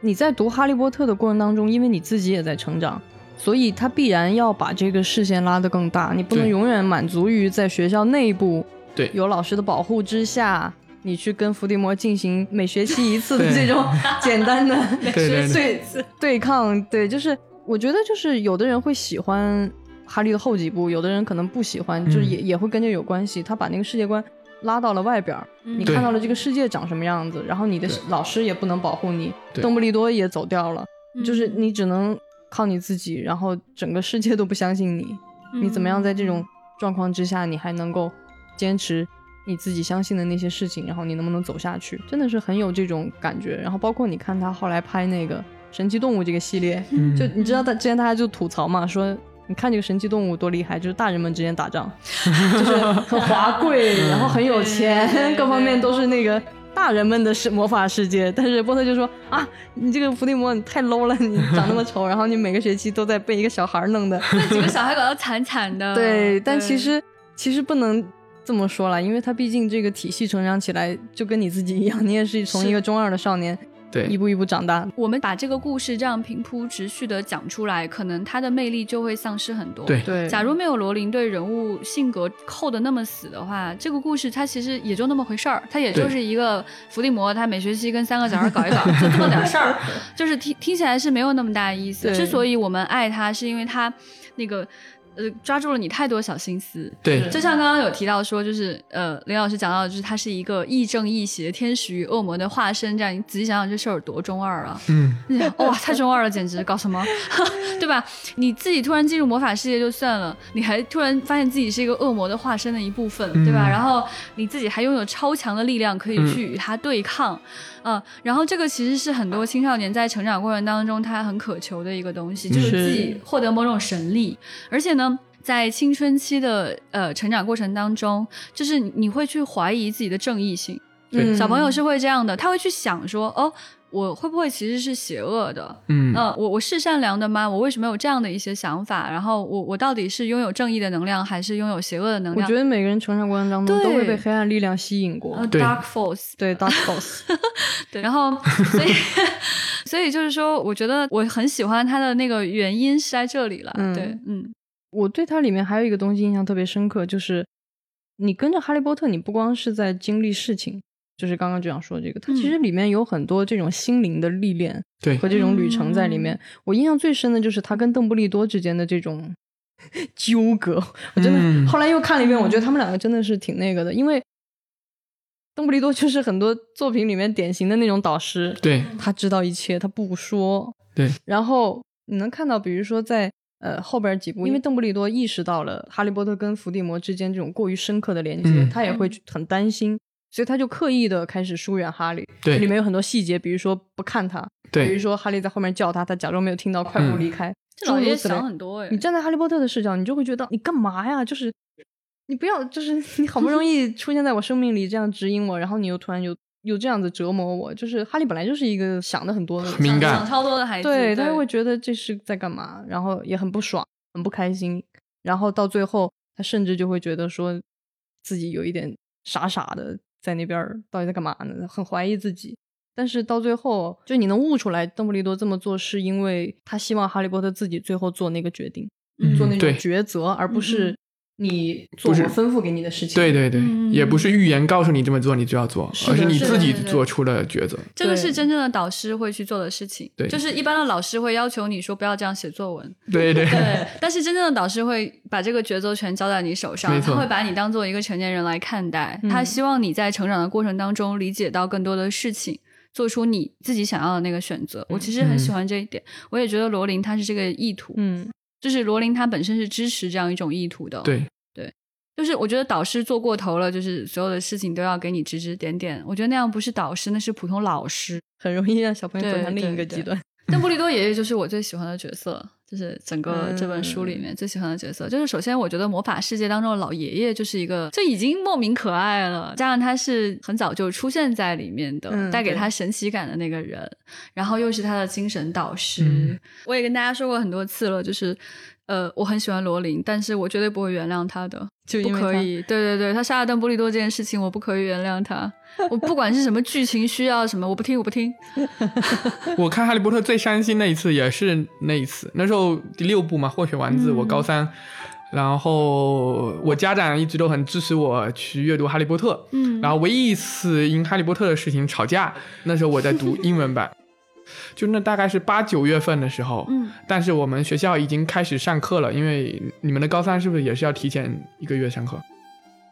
你在读《哈利波特》的过程当中，因为你自己也在成长。所以，他必然要把这个视线拉得更大，你不能对永远满足于在学校内部对，有老师的保护之下，你去跟伏地魔进行每学期一次的这 种简单的对 对对对对抗。对，就是我觉得就是有的人会喜欢哈利的后几部，有的人可能不喜欢，就是嗯也、也会跟这有关系。他把那个世界观拉到了外边儿，嗯你对看到了这个世界长什么样子，然后你的对老师也不能保护你，对邓布利多也走掉了，嗯就是你只能靠你自己，然后整个世界都不相信你。嗯你怎么样在这种状况之下，你还能够坚持你自己相信的那些事情，然后你能不能走下去，真的是很有这种感觉。然后包括你看他后来拍那个《神奇动物》这个系列，嗯就你知道他之前大家就吐槽嘛，说。你看这个神奇动物多厉害，就是大人们之间打 仗，就是很华贵，嗯然后很有钱，对各方面都是那个大人们的世魔法世界。但是波特就说啊，你这个伏地魔你太 low 了，你长那么丑，然后你每个学期都在被一个小孩儿弄 的，那几个小孩搞得惨惨的？ 对，但其实其实不能这么说啦，因为他毕竟这个体系成长起来就跟你自己一样，你也是从是一个中二的少年对一步一步长大。我们把这个故事这样平铺直叙的讲出来，可能它的魅力就会丧失很多。对对，假如没有罗琳对人物性格扣的那么死的话，这个故事它其实也就那么回事儿，它也对就是一个伏地魔，他每学期跟三个小孩搞一搞，就这么点事儿， 就是听听起来是没有那么大意思。对之所以我们爱他，是因为他那个呃抓住了你太多小心思。对就像刚刚有提到说，就是呃，林老师讲到，就是他是一个亦正亦邪、天使与恶魔的化身，这样你仔细想想，这事儿有多中二啊！嗯，你想，哇，太中二了，简直搞什么， 对吧？你自己突然进入魔法世界就算了，你还突然发现自己是一个恶魔的化身的一部分，对吧？嗯然后你自己还拥有超强的力量，可以去与他对抗，嗯、然后这个其实是很多青少年在成长过程当中他很渴求的一个东西，就是是自己获得某种神力，而且呢。在青春期的呃成长过程当中，就是你你会去怀疑自己的正义性，嗯对小朋友是会这样的，他会去想说，哦，我会不会其实是邪恶的？嗯呃，我我是善良的吗？我为什么有这样的一些想法？然后我我到底是拥有正义的能量，还是拥有邪恶的能我量？觉得每个人成长过程当中对都会被黑暗力量吸引过呃。对，dark force，对，Dark Force， 对，然后所以 所以就是说，我觉得我很喜欢他的那个原因是在这里了。嗯对，嗯，我对它里面还有一个东西印象特别深刻，就是你跟着哈利波特，你不光是在经历事情，就是刚刚局长说这个，它嗯其实里面有很多这种心灵的历练对和这种旅程在里嗯面。我印象最深的就是他跟邓布利多之间的这种 纠葛，我真的、嗯后来又看了一遍，我觉得他们两个真的是挺那个的，因为邓布利多就是很多作品里面典型的那种导师，对他知道一切，他不说。对，然后你能看到，比如说在呃后边几部，因为邓布利多意识到了哈利波特跟伏地魔之间这种过于深刻的连接，嗯他也会去很担心，所以他就刻意的开始疏远哈利。对里面有很多细节，比如说不看他，比如对嗯说哈利在后面叫他，他假装没有听到，快步离开。这老爷诸如此类想很多哎，你站在哈利波特的视角，你就会觉得你干嘛呀？就是你不要，就是 你好不 容易出现在我生命里，这样指引我，然后你又突然又又这样子折磨我。就是哈利本来就是一个想的很多的人，敏感想超多的孩子，对，对，他就会觉得这是在干嘛，然后也很不爽，很不开心，然后到最后他甚至就会觉得说自己有一点傻傻的在那边儿到底在干嘛呢？很怀疑自己。但是到最后，就你能悟出来，邓布利多这么做是因为他希望哈利波特自己最后做那个决定，嗯做那种对抉择，而不是你做不我是吩咐给你的事情。对对对嗯，也不是预言告诉你这么做你就要做，是的而你是的自己是的做出了抉择。这个对是真正的导师会去做的事情，对就是一般的老师会要求你说不要这样写作文，对对对，但是真正的导师会把这个抉择权交在你手上，没他错会把你当做一个成年人来看待，嗯他希望你在成长的过程当中理解到更多的事情。做出你自己想要的那个选择，我其嗯实很喜欢这一点。我也觉得罗琳她是这个意图，嗯，就是罗琳她本身是支持这样一种意图的。，哦对就是我觉得导师做过头了，就是所有的事情都要给你指指点点。我觉得那样不是导师，那是普通老师。很容易让小朋友走对向另一对个对极端。邓布嗯利多爷爷就是我最喜欢的角色，就是整个这本书里嗯面最喜欢的角色。就是首先，我觉得魔法世界当中的老爷爷就是一个就已经莫名可爱了，加上他是很早就出现在里面的，嗯带给对他神奇感的那个人，然后又是他的精神导师。嗯我也跟大家说过很多次了，就是。呃，我很喜欢罗琳，但是我绝对不会原谅他的，就因不为可他以。对对对，他杀了邓布利多这件事情，我不可以原谅他。 我不管是什么剧情需要什么，我不听，我不听。我看《哈利波特》最伤心那一次也是那一次，那时候第六部嘛，《霍学丸子》，嗯我高三，然后我家长一直都很支持我去阅读《哈利波特》，嗯然后唯一一次因《哈利波特》的事情吵架，那时候我在读英文版，就那大概是八九月份的时候，嗯，但是我们学校已经开始上课了，因为你们的高三是不是也是要提前一个月上课？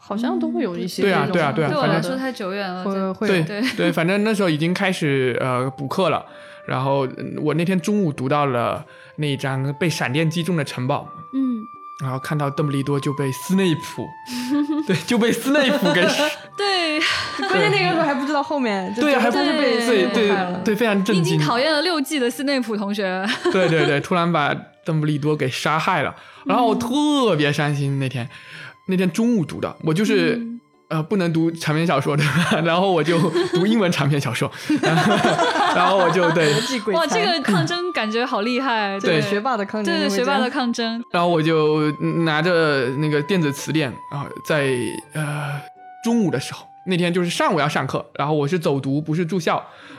好像都会有一些对这啊种对啊对啊对我反来正说太久远了。会这会对有对对，反正那时候已经开始呃补课了。然后嗯我那天中午读到了那一张被闪电击中的城堡，嗯，然后看到邓布利多就被斯内普，对，就被斯内普给，对，关 键那个时候还不知道后面，就对啊，觉还得不他是被对被对害了对，非常你震已经惊，讨厌了六季的斯内普同学。对对对，突然把邓布利多给杀害了，然后我特别伤心那天，那天中午读的，我就是。嗯呃，不能读长篇小说的， 然后我就读英文长篇小说， 然后我就对，国际鬼哇，才 这个抗争感觉好厉害，对学霸的抗争，对学霸的抗，抗争，然后我就拿着那个电子词典啊，在呃中午的时候，那天就是上午要上课，然后我是走读，不是住校，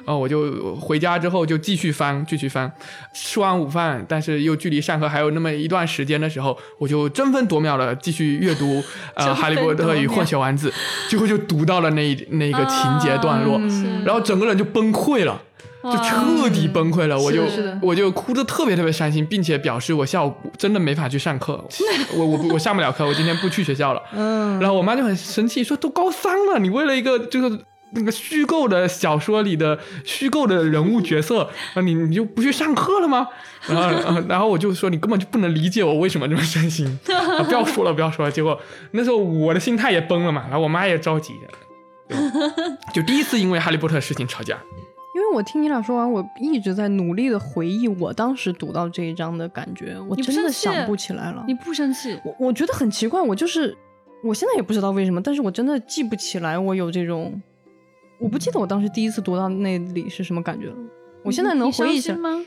然后我就回家之后就继续翻，继续翻。吃完午饭，但是又距离上课还有那么一段时间的时候，我就争分夺秒的继续阅读呃《争哈利分波特夺》与秒混血丸子，结果就读到了那一那个情节段落，啊是嗯然后整个人就崩溃了。就彻底崩溃了，我是就的是的我就哭得特别特别伤心，并且表示我下午真的没法去上课，我我不我上不了课，我今天不去学校了。嗯，然后我妈就很生气，说都高三了，你为了一个就是那个虚构的小说里的虚构的人物角色，啊，你你就不去上课了吗？然后呃然后我就说你根本就不能理解我为什么这么伤心，啊不要说了不要说了。结果那时候我的心态也崩了嘛，然后我妈也着急。对就第一次因为哈利波特的事情吵架，因为我听你俩说完，我一直在努力的回忆我当时读到这一章的感觉，我你不真的生气想不起来了。你不生气？我我觉得很奇怪，我就是我现在也不知道为什么，但是我真的记不起来我有这种，我不记得我当时第一次读到那里是什么感觉了。我现在能你回忆起你伤来心，吗？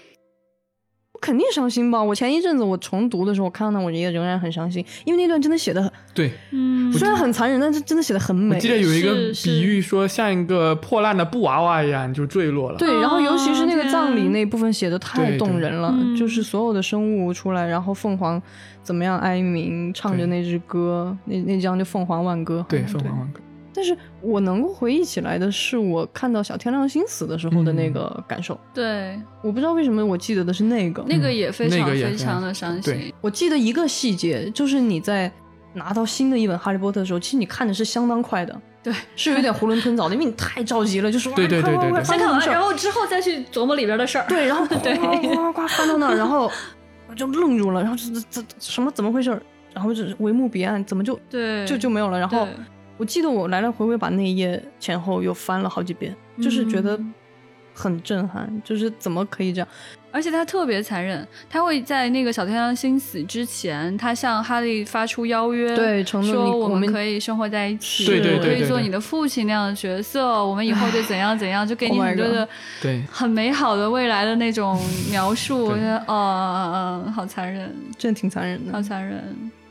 我肯定伤心吧。我前一阵子我重读的时候，我看到我也仍然很伤心，因为那段真的写的对嗯，虽然很残忍，但是真的写的很我美。记得有一个是是比喻说像一个破烂的布娃娃一样你就坠落了。对，然后尤其是那哦个天葬礼那部分写的太对动对人了，嗯就是所有的生物出来，然后凤凰怎么样哀鸣，唱着对那支歌，那那张就凤凰万歌好像。对，凤凰万歌。但是我能够回忆起来的是我看到小天亮星死的时候的那个感受。对，我不知道为什么我记得的是那个，那个也非嗯那常个也非非常常的伤对心。我记得一个细节，就是你在拿到新的一本《哈利波特》的时候，其实你看的是相当快的，对，是有点囫囵吞枣的，因为你太着急了，就是哇对对快对快对快对发生什么事儿？后之后再去琢磨里边的事儿。对，然后对，呱呱呱翻到那儿，然后我就愣住了，然后这这这什么怎么回事儿？然后就是帷幕彼岸，怎么就对，就就没有了？然后对我记得我来来回回把那一页前后又翻了好几遍，就是觉得嗯很震撼，就是怎么可以这样？而且他特别残忍，他会在那个小天狼星死之前，他向哈利发出邀约，对承诺你说我们们可以生活在一起，对对我可对以对做对你的父亲那样的角色，我们以 后就怎样怎样，就给你 Oh my 很多的 God 对很美好的未来的那种 描述。我对觉得，哦，嗯，好残忍，真的挺残忍的好。残忍，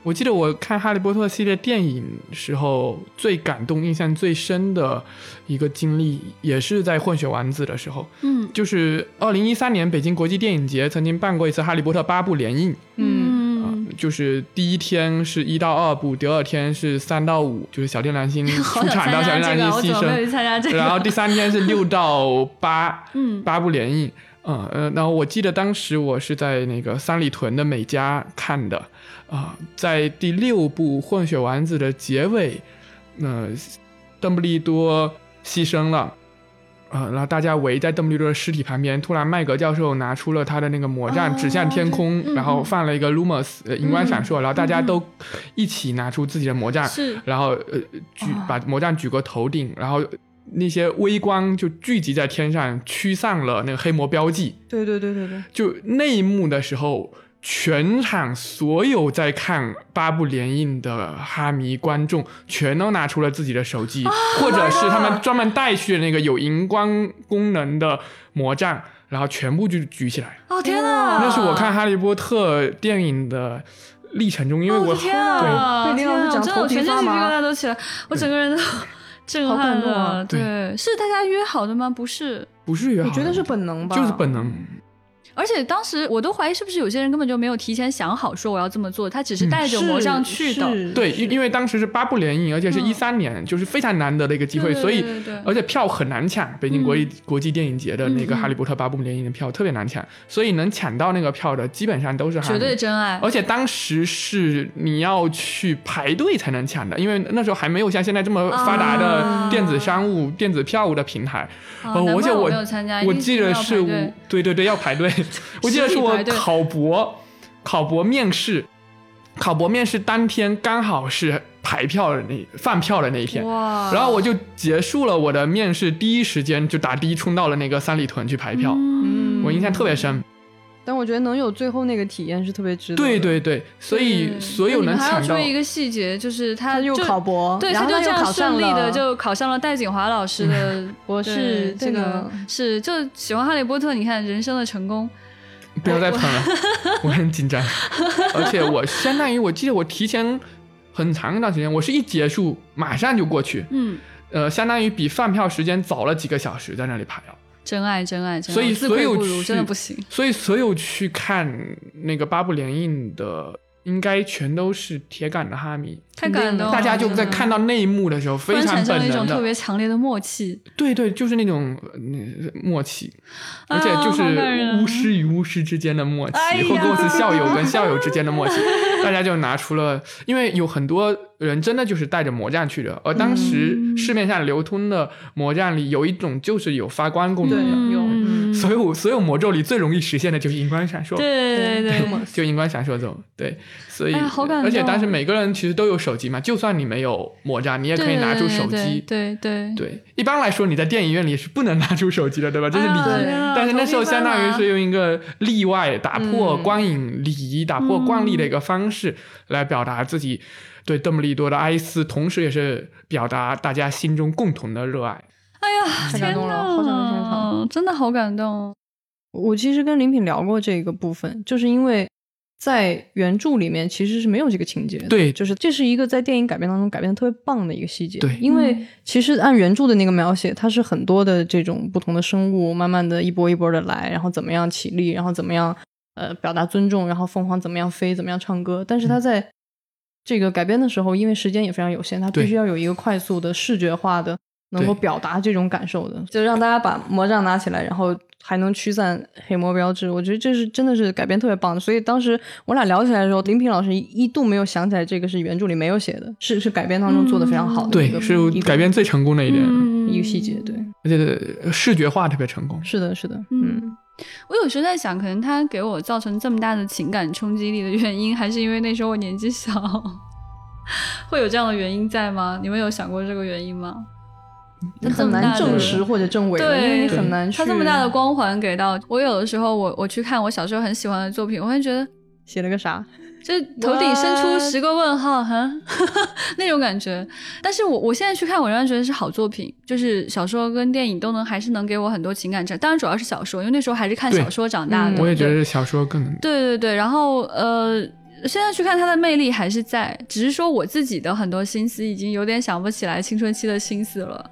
我记得我看《哈利波特》系列电影时候，最感动、印象最深的一个经历，也是在《混血王子》的时候，嗯就是二零一三年北京国际电影节曾经办过一次《哈利波特》八部联映，嗯，嗯，就是第一天是一到二部，第二天是三到五，就是小天狼星 好出想参场到小加这天个，狼我星怎么牺没有牲，去参加这个？然后第三天是六到八， 嗯八部联映。嗯，呃，然后我记得当时我是在那个三里屯的美嘉看的，啊、在第六部《混血丸子》的结尾，那、邓布利多牺牲了，啊、然后大家围在邓布利多的尸体旁边，突然麦格教授拿出了他的那个魔杖哦指向天空，对嗯然后嗯放了一个 Lumos 呃荧光闪烁，然后大家嗯嗯都一起拿出自己的魔杖，是然后呃举哦把魔杖举过头顶，然后那些微光就聚集在天上，驱散了那个黑魔标记。对对对对对，就那一幕的时候，全场所有在看八部联映的哈迷观众，全都拿出了自己的手啊机，或者是他们专门带去的那个有荧光功能的魔杖，然后全部就举起来。哦天哪！哦那是我啊看《哈利波特》电影的历程中，因为我、哦、天啊，对被林老师天啊讲真的，头我皮全身发鸡皮麻疙瘩都起来，我整个人都 震好撼感动了。啊对对，是大家约好的吗？不是。不是约好我的，觉得是本能吧，就是本能。而且当时我都怀疑是不是有些人根本就没有提前想好说我要这么做，他只是带着魔杖去的。嗯是对，因因为当时是八部联映，而且是嗯一三年，就是非常难得的一个机会，对对所以呃对对而且票很难抢，北京国际、国际电影节的那嗯个嗯《哈利波特》八部联映的票特别难抢，所以能抢到那个票的基本上都是哈绝迷对真爱，而且当时是你要去排队才能抢的，因为那时候还没有像现在这么发达啊的电子商务、电子票务的平台。啊呃，难而且怪我我没有参加我一定记要得排是我队，对对对，要 排队。我记得实是体我排队考博，考博面试，考博面试当天刚好是排票的那饭票的那一天。哇！然后我就结束了我的面试，第一时间就打的冲到了那个三里屯去排票，嗯我印象特别深。但我觉得能有最后那个体验是特别值得。对，对对，所以对所有你能们还要抢到注，意一个细节，就是他他又就考博，对，然他后就他这又样考上顺利的了就考上了戴景华老师 的博对士这这个个是就喜欢哈利波特，你看人生的成功，不要再喷了，我很紧张。而且我相当于我记得我提前很长一段时间，我是一结束马上就过去，嗯，呃，相当于比饭票时间早了几个小时在那里排啊。真爱，真爱，真爱，所以自所愧有不如，去真的不行。所以所有去看那个八部联映的，应该全都是铁杆的哈迷。太感动了，大家就在看到那一幕的时候，突非然常哦产生了本一能种特的，别强烈的默契，对对，就是那种嗯默契，啊而且就好感人啊是巫师与巫师之间的默契，哎呀或公司校友跟校友之间的默契， 大家就拿出了，因为有很多人真的就是带着魔杖去的，而当时嗯市面上流通的魔杖里有一种就是有发光功能的，对有嗯所有所有魔咒里最容易实现的就是荧光闪烁，对对对对，就荧光闪烁中，对，所以、哎呀好感动而且当时每个人其实都有手机嘛，就算你没有魔杖，你也可以拿出手机。对对对对一般来说你在电影院里是不能拿出手机的，对吧？这是礼哎呀仪。天啊但是那时候头皮发相麻当于是用一个例外打破嗯观影礼仪、打破惯例的一个方式来表达自己对邓布利多的哀思，同时也是表达大家心中共同的热爱。哎呀，太感动了好想去现场场，真的好感动。啊我其实跟林品聊过这个部分，就是因为在原著里面其实是没有这个情节的，对就是这是一个在电影改编当中改编的特别棒的一个细节，对因为嗯其实按原著的那个描写，它是很多的这种不同的生物慢慢的一波一波的来，然后怎么样起立，然后怎么样呃表达尊重，然后凤凰怎么样飞，怎么样唱歌，但是嗯它在这个改编的时候，因为时间也非常有限，它对必须要有一个快速的视觉化的能够对表达这种感受的，就让大家把魔杖拿起来，然后还能驱散黑魔标志。我觉得这是真的是改编特别棒的。所以当时我俩聊起来的时候，林平老师一度没有想起来这个是原著里没有写的，是是改编当中做的非常好的嗯一个、对，是一个改编最成功的一点，一嗯个细节。对，而且视觉化特别成功。是的，是的，嗯，嗯，我有时候在想，可能他给我造成这么大的情感冲击力的原因，还是因为那时候我年纪小， 会有这样的原因在吗？你们有想过这个原因吗？他这很么大难的证实或者证伪的，因为你很难去。他这么大的光环给到我，有的时候我我去看我小时候很喜欢的作品，我会觉得 写了个啥？这头顶伸出 What？十个问号，哈， 那种感觉。但是我我现在去看，我仍然觉得是好作品，就是小说跟电影都能还是能给我很多情感上，当然主要是小说，因为那时候还是看小说长大的。嗯我也觉对得小说更能对对对，然后呃，现在去看它的魅力还是在，只是说我自己的很多心思已经有点想不起来青春期的心思 了。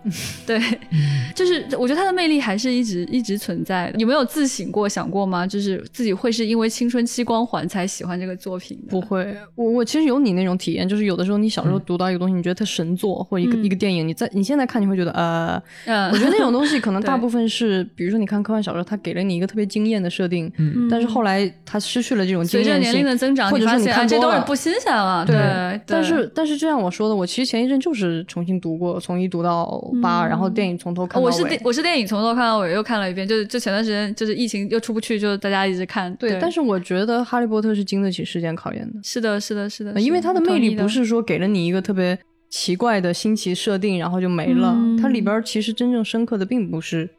对，嗯就是我觉得它的魅力还是一直一直存在的。你没有自省过、想过吗？就是自己会是因为青春期光环才喜欢这个作品的？不会，我我其实有你那种体验，就是有的时候你小时候嗯读到一个东西，你觉得它神作或者一个、嗯一个电影，你在你现在看你会觉得呃，嗯，我觉得那种东西可能 对大部分是，比如说你看科幻小说，它给了你一个特别惊艳的设定，嗯但是后来它失去了这种惊随着艳年龄性。的增长，或者发说你现啊，看这多都是了不新鲜了。对对，但是但是就像我说的，我其实前一阵就是重新读过，从一读到八、嗯然后电影从头看到尾。我是电我是电影从头看到尾又看了一遍，就是就前段时间就是疫情又出不去，就是大家一直看。对但是是我觉得《哈利波特》是经得起时间考验的，是的，是的，是的，呃因为它的我同魅意力的不是说给了你一个特别奇怪的新奇设定，然后就没了。嗯它里边儿其实真正深刻的并不是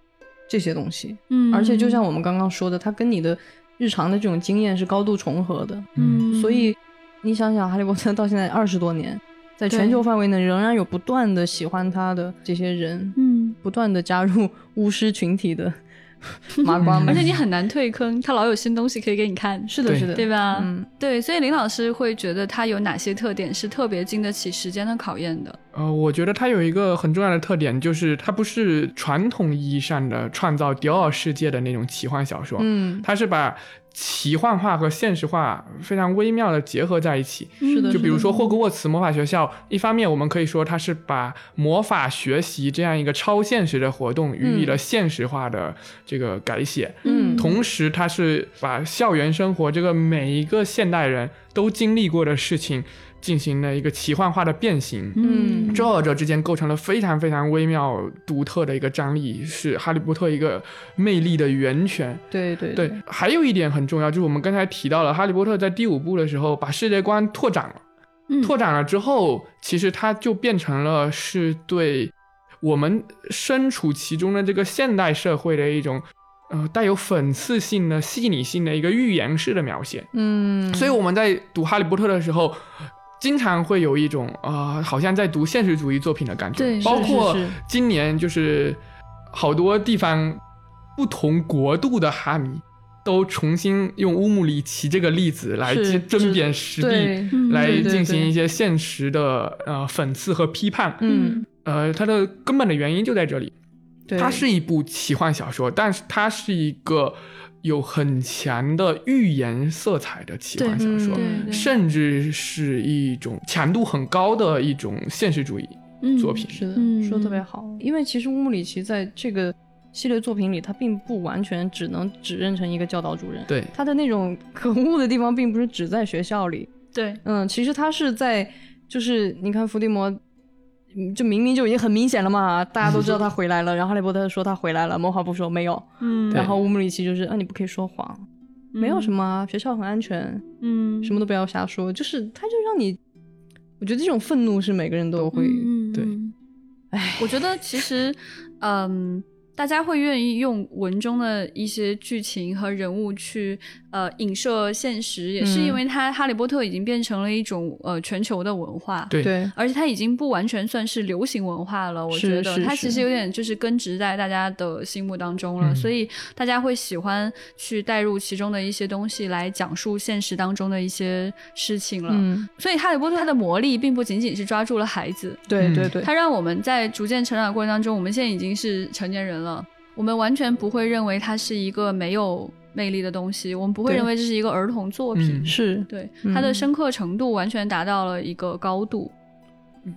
这些东西，嗯，而且就像我们刚刚说的，它跟你的日常的这种经验是高度重合的。嗯，所以你想想，《哈利波特》到现在二十多年，在对全球范围内仍然有不断的喜欢他的这些人，嗯，不断的加入巫师群体的 麻瓜们。而且你很难退坑，他老有新东西可以给你看，是的，对是的，嗯对吧？嗯，对，所以林老师会觉得他有哪些特点是特别经得起时间的考验的？呃，我觉得它有一个很重要的特点，就是它不是传统意义上的创造迪奥世界的那种奇幻小说，嗯，它是把奇幻化和现实化非常微妙的结合在一起。是的嗯就比如是的嗯说霍格沃茨魔法学校，一方面我们可以说它是把魔法学习这样一个超现实的活动予以了现实化的这个改写，嗯同时它是把校园生活这个每一个现代人都经历过的事情进行了一个奇幻化的变形。嗯就这者之间构成了非常非常微妙、独特的一个张力，是《哈利波特》一个魅力的源泉。对对对，还有一点很重要，就是我们刚才提到了，《哈利波特》在第五部的时候把世界观拓展了，嗯嗯拓展了之后，其实它就变成了是对我们身处其中的这个现代社会的一种，呃，带有讽刺性的、细腻性的一个寓言式的描写。嗯，所以我们在读《哈利波特》的时候，经常会有一种啊、呃好像在读现实主义作品的感觉。对包括是是是今年就是好多地方不同国度的哈迷都重新用乌姆里奇这个例子来是争争辩是实地，对，嗯来对对进行对一些现实的呃讽刺和批判。嗯，呃，它的根本的原因就在这里，对，它是一部奇幻小说，但是它是一个有很强的寓言色彩的奇幻小说，嗯对对对甚至是一种强度很高的一种现实主义嗯作品。是的，嗯说的特别好。因为其实乌姆里奇在这个系列作品里，他并不完全只能指认成一个教导主任，对，他的那种可恶的地方，并不是只在学校里，对，嗯，其实他是在，就是你看伏地魔，嗯就明明就已经很明显了嘛，大家都知道他回来了，然后哈利波特说他回来了，魔法部说没有，嗯然对嗯后乌姆里奇就是，啊你不可以说谎，没有什，么啊，学校很安全，嗯，什么都不要瞎说，就是他就让你，我觉得这种愤怒是每个人都会，嗯，嗯对嗯哎，我觉得其实，嗯，大家会愿意用文中的一些剧情和人物去呃影射现实，也是因嗯为它《哈利波特》已经变成了一种呃全球的文化。对对而且它已经不完全算是流行文化了，我是觉得是它是其实有点就是根植在大家的心目当中了，嗯所以大家会喜欢去带入其中的一些东西来讲述现实当中的一些事情了。嗯，所以《哈利波特》它的魔力并不仅仅是抓住了孩子，对嗯对对，它让我们在逐渐成长的过程当中，我们现在已经是成年人了，我们完全不会认为它是一个没有魅力的东西，我们不会对认为这是一个儿童作品嗯。是，对，嗯它的深刻程度完全达到了一个高度。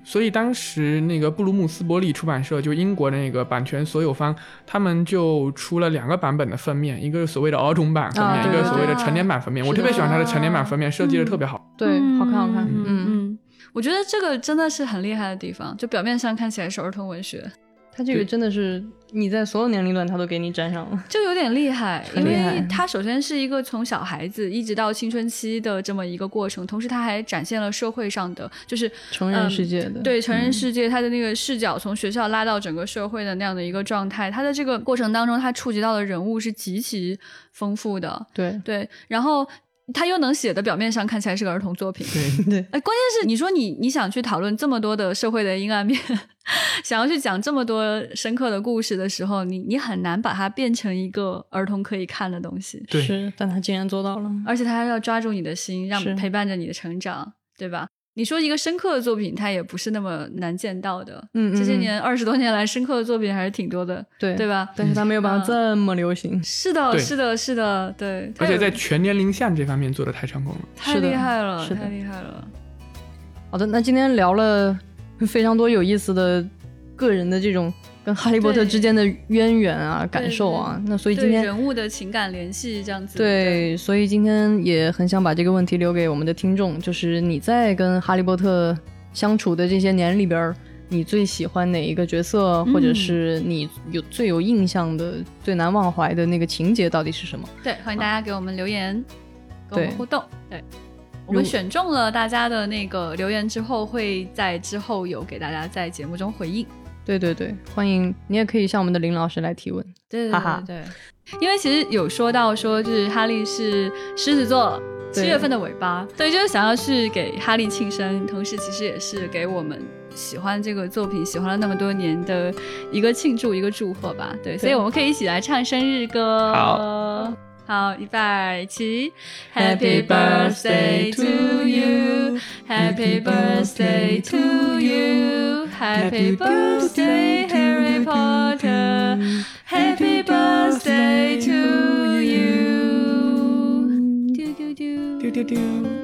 所以当时那个布鲁姆斯伯利出版社，就英国的那个版权所有方，他们就出了两个版本的封面，一个是所谓的儿童版封面，啊对一个所谓的对嗯对成年版封面。是的我特别喜欢它的成年版封面，设计的特别好。对，好看好看，嗯嗯，嗯，我觉得这个真的是很厉害的地方，就表面上看起来是儿童文学，他这个真的是你在所有年龄段他都给你沾上了，就有点厉害，很因厉害为它首先是一个从小孩子一直到青春期的这么一个过程，同时它还展现了社会上的就是嗯成人世界的，对成人世界，他的那个视角从学校拉到整个社会的那样的一个状态，他的这个过程当中，他触及到的人物是极其丰富的，对对，然后他又能写的表面上看起来是个儿童作品， 对，对，哎，关键是你说你你想去讨论这么多的社会的阴暗面， 想要去讲这么多深刻的故事的时候，你你很难把它变成一个儿童可以看的东西，对是，但他竟然做到了，而且它还要抓住你的心，让是陪伴着你的成长，对吧？你说一个深刻的作品，它也不是那么难见到的。嗯这些嗯嗯年二十多年来，深刻的作品还是挺多的，对对吧？但是他没有办法嗯这么流行。是的，对是的，是的，对。它而且有在全年龄向这方面做的太成功了。太是的厉害了，是的太厉害了。好的，那今天聊了非常多有意思的个人的这种跟哈利波特对之间的渊源啊、感受啊。那所以对今天人物的情感联系这样子，对，所以今天也很想把这个问题留给我们的听众，就是你在跟哈利波特相处的这些年里边儿，你最喜欢哪一个角色，或者嗯是你有最有印象的、最难忘怀的那个情节到底是什么？对，欢迎大家给我们留言，跟我对们互动。对，我们选中了大家的那个留言之后，会在之后有给大家在节目中回应。对对对，欢迎你也可以向我们的林老师来提问。对哈哈对对对，因为其实有说到说，就是哈利是狮子座。对七月份的尾巴，对，就是想要去给哈利庆生，同时其实也是给我们喜欢这个作品、喜欢了那么多年的一个庆祝、一个祝贺吧。对，所以我们可以一起来唱生日歌。好，好，预备起 Happy Happy birthday birthday to to you, you. Happy birthday to you, Happy birthday Harry Potter, Happy birthday to you. Do do do. 丢丢丢。